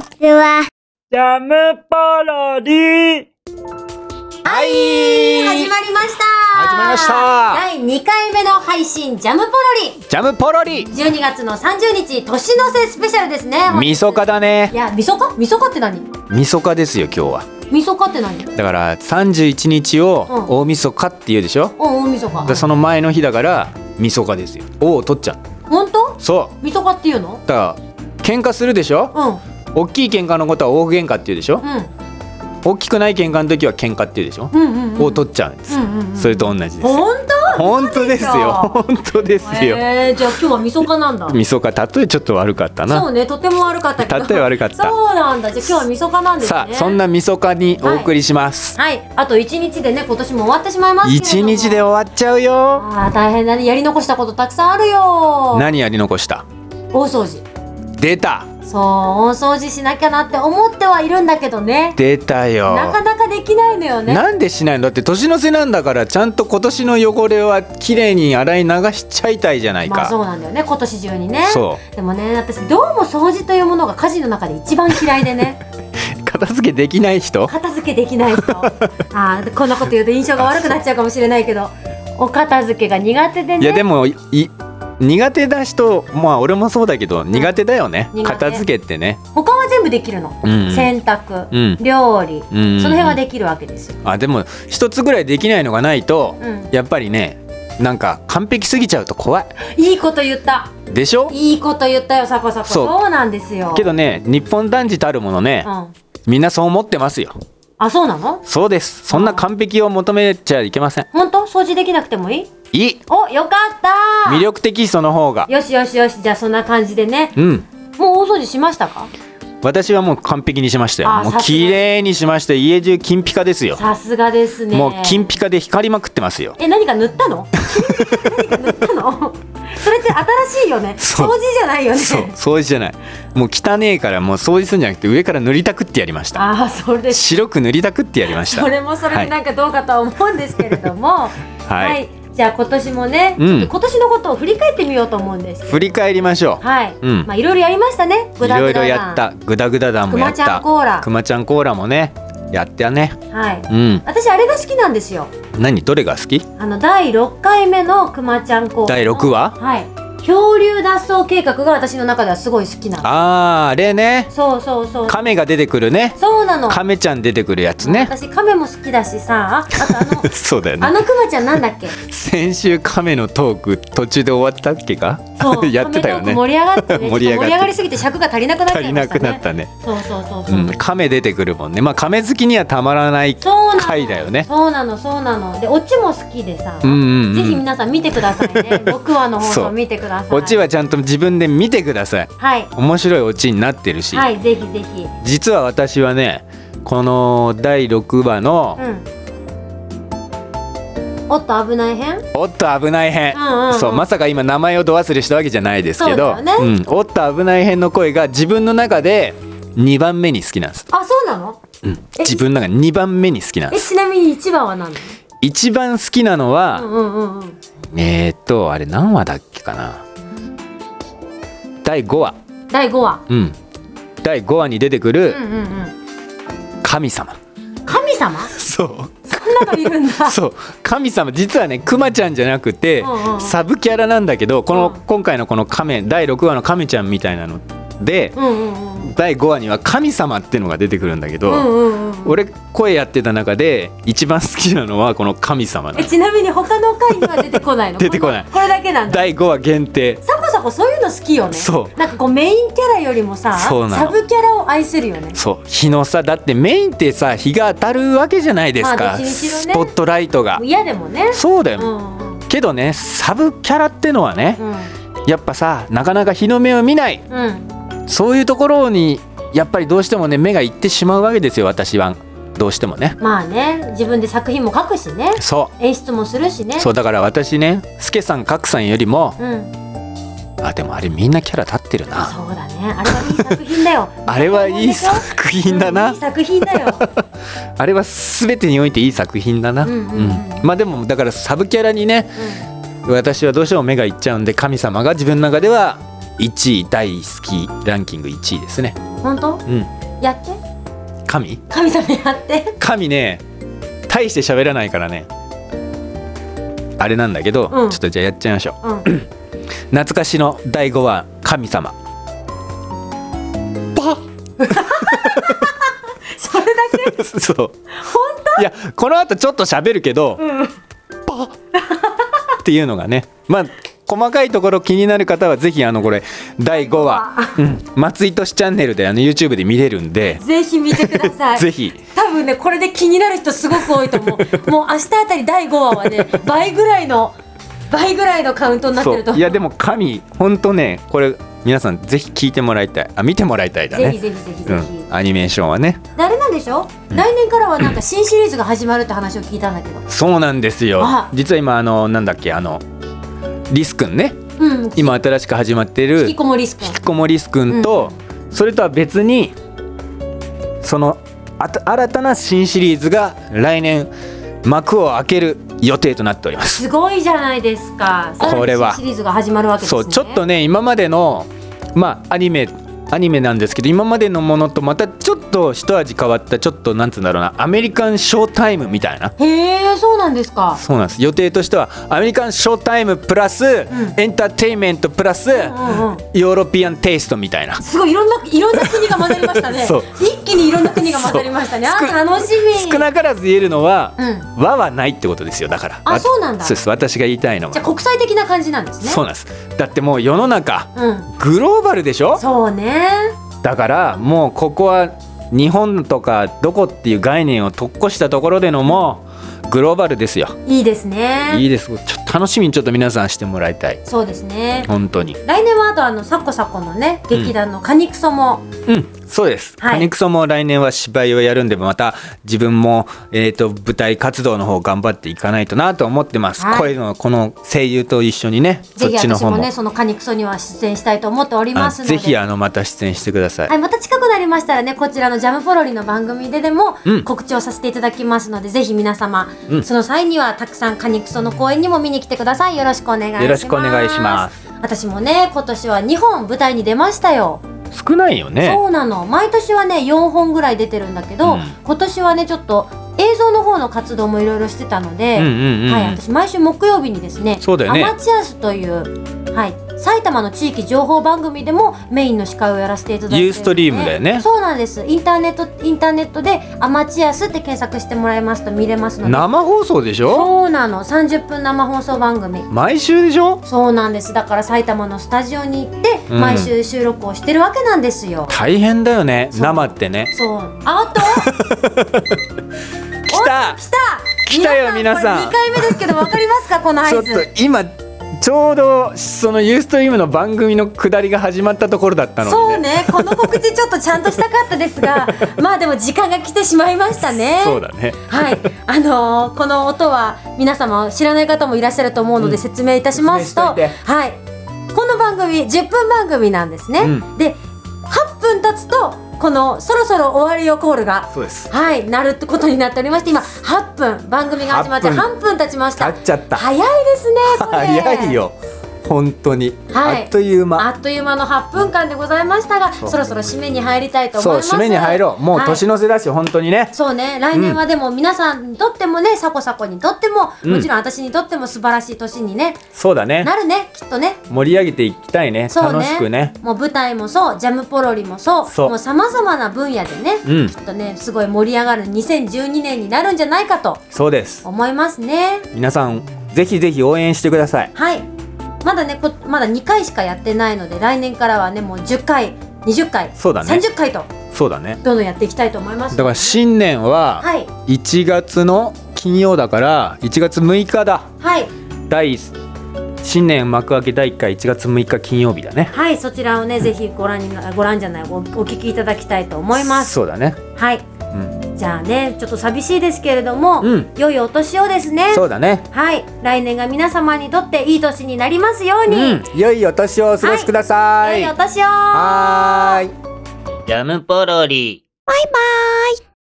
ちは。ジャムパロディはい始まりました始まりました第2回目の配信ジャムポロリジャムポロリ12月の30日年の瀬スペシャルですねみそかだねいやみそかみそかって何みそかですよ今日はみそかって何うんだから31日をうん大晦日って言うでしょ、大みそかでその前の日だからみそかですよおを取っちゃう本当そみそかっていうのうだから喧嘩するでしょうんうん大きい喧嘩のことは大喧嘩って言うでしょ大きくない喧嘩の時は喧嘩って言うでしょうんうんうんを取っちゃうんですうんうんうんそれと同じですよ本当本当ですよ本当ですよえー、じゃあ今日はみそかなんだみそか例えちょっと悪かったそなうねとても悪かったけど例え悪かったそうなんだじゃあ今日はみそかなんですねさあそんなみそかにお送りしますはいあと1日でね今年も終わってしまいますけれど一も日で終わっちゃうよあー大変だねやり残したことたくさんあるよ何やり残した大掃除出たそう大掃除しなきゃなって思ってはいるんだけどね出たよなかなかできないのよねなんでしないのだって年の瀬なんだからちゃんと今年の汚れはきれいに洗い流しちゃいたいじゃないか、まあそうなんだよね今年中にねそでもね私どうも掃除というものが家事の中で一番嫌いで ね片付けできない人片付けできない人あーこんなこと言うと印象が悪くなっちゃうかもしれないけどお片付けが苦手でねいやでもいい苦手な人まあ俺もそうだけど苦手だよね苦手片付けってね他は全部できるの、うん洗濯、うん料理、うんうんうんその辺はできるわけですよあでも一つぐらいできないのがないと、うんやっぱりねなんか完璧すぎちゃうと怖いいいこと言ったでしょいいこと言ったよさこさこそそううなんですよけどね日本男児たるものねう、んみんなそう思ってますよあそうなのそうですそんな完璧を求めちゃいけません本当掃除できなくてもいいいいおよかった魅力的その方がよしよしよしじゃあそんな感じでねうんもう大掃除しましたか私はもう完璧にしましたよあもさうすが綺麗にしまして家中金ピカですよさすがですねもう金ピカで光りまくってますよえ何か塗った の何か塗ったのそれって新しいよねそ掃う除じゃないよねそう掃除じゃないもう汚ねえからもう掃除するんじゃなくて上から塗りたくってやりましたああそれで白く塗りたくってやりましたそれもそれでなんかどうかとは思うんですけれど もはいじゃあ今年もね、うんちょっと今年のことを振り返ってみようと思うんですけど振り返りましょはい、うんまあいろいろやりましたねうグいダろグいダろなやったグダグダ団もやくっまちゃたんコーラくまちゃんコーラもねやったねはいうん私あれが好きなんですよ何どれが好きあの第6回目のくまちゃん公第六話はい恐竜脱走計画が私の中ではすごい好きなのあーあれねそうそうそう亀が出てくるねそうなの亀ちゃん出てくるやつね私亀も好きだしさあとあの そうだよねあのくまちゃんなんだっけ先週亀のトーク途中で終わったっけかそう やってたよ亀トークね盛り上がってね盛り上がってちょっと盛り上がりすぎて尺が足りなくなっちゃ 足いりまなしたねくなったねそうそうそううそう、ん、亀出てくるもんねまあ亀好きにはたまらないそうなの回だよねそうなのそうなのでオチも好きでさ、うんうんうんぜひ皆さん見てくださいね 6話の放そう送見てくださいオチはちゃんと自分で見てくださいはい面白いオチになってるし、はいぜひぜひ実は私はねこの第6話のうんおっと危ない編「おっと危ない編」うんうんうんそうまさか今名前をど忘れしたわけじゃないですけどそうだよねんおっと危ない編」の声が自分の中で2番目に好きなんですあそうなのえ自分の中で2番目に好きなんでえすちなみに一番は何な一番好きなのは、のうんうんうんうんえー、っとあれ何話だっけかな第5話第5話うん第5話に出てくうんるうんうん神様、神様そそんなのいるんだう そう神様実はねクマちゃんじゃなくて、うんうんうんサブキャラなんだけどこの、うん今回のこの亀第6話の亀ちゃんみたいなので、うんうんうん第5話には神様ってのが出てくるんだけうど、んうんうん俺声やってた中で一番好きなのはこの神様なえのちなみに他の回には出てこないの 出てこないこれだけなんだ第5話限定サコサコそういうの好きよねそうなんかこうメインキャラよりもさそうなのサブキャラを愛するよねそう日のさだってメインってさ日が当たるわけじゃないですか、まあどっちにしろねスポットライトが嫌でもねそうだよ、うんうんけどねサブキャラってのはね、うんやっぱさなかなか日の目を見ないうんそういうところにやっぱりどうしてもね目がいってしまうわけですよ私はどうしてもねまあね自分で作品も書くしねそ演出もするしねうそうだから私ねスケさんカクさんよりもうんあでもあれみんなキャラ立ってるなそうだねあれはいい作品だよ あれはいい作品だうなんいい作品だ よあれは全てにおいていい作品だなうんうんうんまあでもだからサブキャラにねう私はどうしても目がいっちゃうんで神様が自分の中では1位大好きランキング1位ですねん本当うんやって神神様やって神ね大して喋らないからねあれなんだけど、うんちょっとじゃあやっちゃいましょううん懐かしの第5話「神様それだ」 そういやこの後ちょっと喋るけど「んっていうのがねまあ細かいところ気になる方はぜひあのこれ第5話「うん、松井としチャンネルで」あの YouTube で見れるんでけぜひ見てください ぜひ多分ねこれで気になる人すごく多いと思 うもう明日あたり第5話はね倍ぐらいの倍ぐらいのカウントになってそるとうい思うやでも神ほんとねこれ皆さんぜひ聞いてもらいたいあ見てもらいたいだぜひねぜひぜひうぜひ、んアニメーションはねであれなんでしょ、来年からはなんか新シリーズが始まるって話を聞いたんだけどそうなんですよあ実は今あのなんだっけあのリスくんねうん今新しく始まって引るきこもりスプ引きこもりすくんと、それとは別にそのあた新たな新シリーズが来年幕を開ける予定となっておりますすごいじゃないですかさらにこれは新シリーズが始まるわけですねそうちょっとね今までのまあアニメアニメなんですけど今までのものとまたちょっと一味変わったちょっとなんつうんだろうなアメリカンショータイムみたいなへえそうなんですかそうなんです予定としてはアメリカンショータイムプラス、エンターテインメントプラス、んうんヨーロピアンテイストみたいなすごいいろんないろんな国が混ざりましたねそう一気にいろんな国が混ざりましたねあそう少楽しみ少なからず言えるのは、う和はないってことですよだからあわそうなんだそうです私が言いたいのはじゃあ国際的な感じなんですねそうなんですだってもう世の中うんグローバルでしょそうねだからもうここは日本とかどこっていう概念を突っ越したところでのもグローバルですよいいですねいいですちょっと楽しみにちょっと皆さんしてもらいたいそうですね本当に来年はあとあのサコサコのね劇団のカニクソも、うんそうです、はいカニクソも来年は芝居をやるんでまた自分も、えー、と舞台活動の方頑張っていかないとなと思ってます、はい声のこの声優と一緒にねぜそっひちの私方ももねそのカニクソには出演したいと思っておりあますのでぜひあのまた出演してください、はい、また近くなりましたらねこちらのジャムポロリの番組ででもうん告知をさせていただきますので、ぜひ皆様、うんその際にはたくさんカニクソの公演にも見に来てくださいよろしくお願いしますよろしくお願いします私もね今年は2本舞台に出ましたよ、少ないよねそうなの毎年はね4本ぐらい出てるんだけど、うん今年はねちょっと映像の方の活動もいろいろしてたので、うんうんうんはい、私毎週木曜日にですねそうだよねアマチュアスという、はい、埼玉の地域情報番組でもメインの司会をやらせていただいてるのでユーストリームだよねそうなんですインターネットインターネットで「アマチュアス」って検索してもらいますと見れますので生放送でしょそうなの30分生放送番組毎週でしょそうなんですだから埼玉のスタジオに行ってうん毎週収録をしてるわけなんですよ、大変だよねそう生ってねそうあと来た来た来たよ皆さんこれ2回目ですけど分かり ますかこのちょ合っ図と今ちょうどそのユーストリームの番組の下りが始まったところだったのそうにねねこの告知ちょっとちゃんとしたかったですが まあでも時間が来てしまいましたねそうだねはいあのーこの音は皆様知らない方もいらっしゃると思うので説明いたしますと、説明しといはいこの番組10分番組なんですね、うんで8分経つとこのそろそろ終わりよコールがそうですはいなるってことになっておりまして今8分番組が始まって8分半分経ちました経っちゃった早いですねこれ早いよ本当にはいあっというあ間っという間の8分間でございましたがそそうろそろ締めに入りたいと思いそうます締めに入ろうもう年はいの瀬だし本当にねそうね来年はでも皆さんにとってもねさこさこにとっても、もちろん私にとっても素晴らしい年にねそうだねなるねきっとね盛り上げていきたいねそうね楽しくねもう舞台もそうジャムポロリもそうそうもうさまざまな分野でね、うんきっとねすごい盛り上がる2012年になるんじゃないかとそうです思いますね皆さんぜひぜひ応援してくださいはいまだねこまだ2回しかやってないので来年からはねもう10回20回、そうだね30回とそうだねどんどんやっていきたいと思いますだから新年ははい1月の金曜だから1月6日だはい第新年幕開け第1回1月6日金曜日だねはい、そちらをね、ぜひご覧にな、ご覧じゃない、お、お聞きいただきたいと思います。そうだねはい、うんじゃあね、ちょっと寂しいですけれども、うん良いお年をですね。そうだねはい、来年が皆様にとっていい年になりますよううに。ん良いお年をお過ごしくださ良いいお年を。はーいジャムポロリ。バイバイ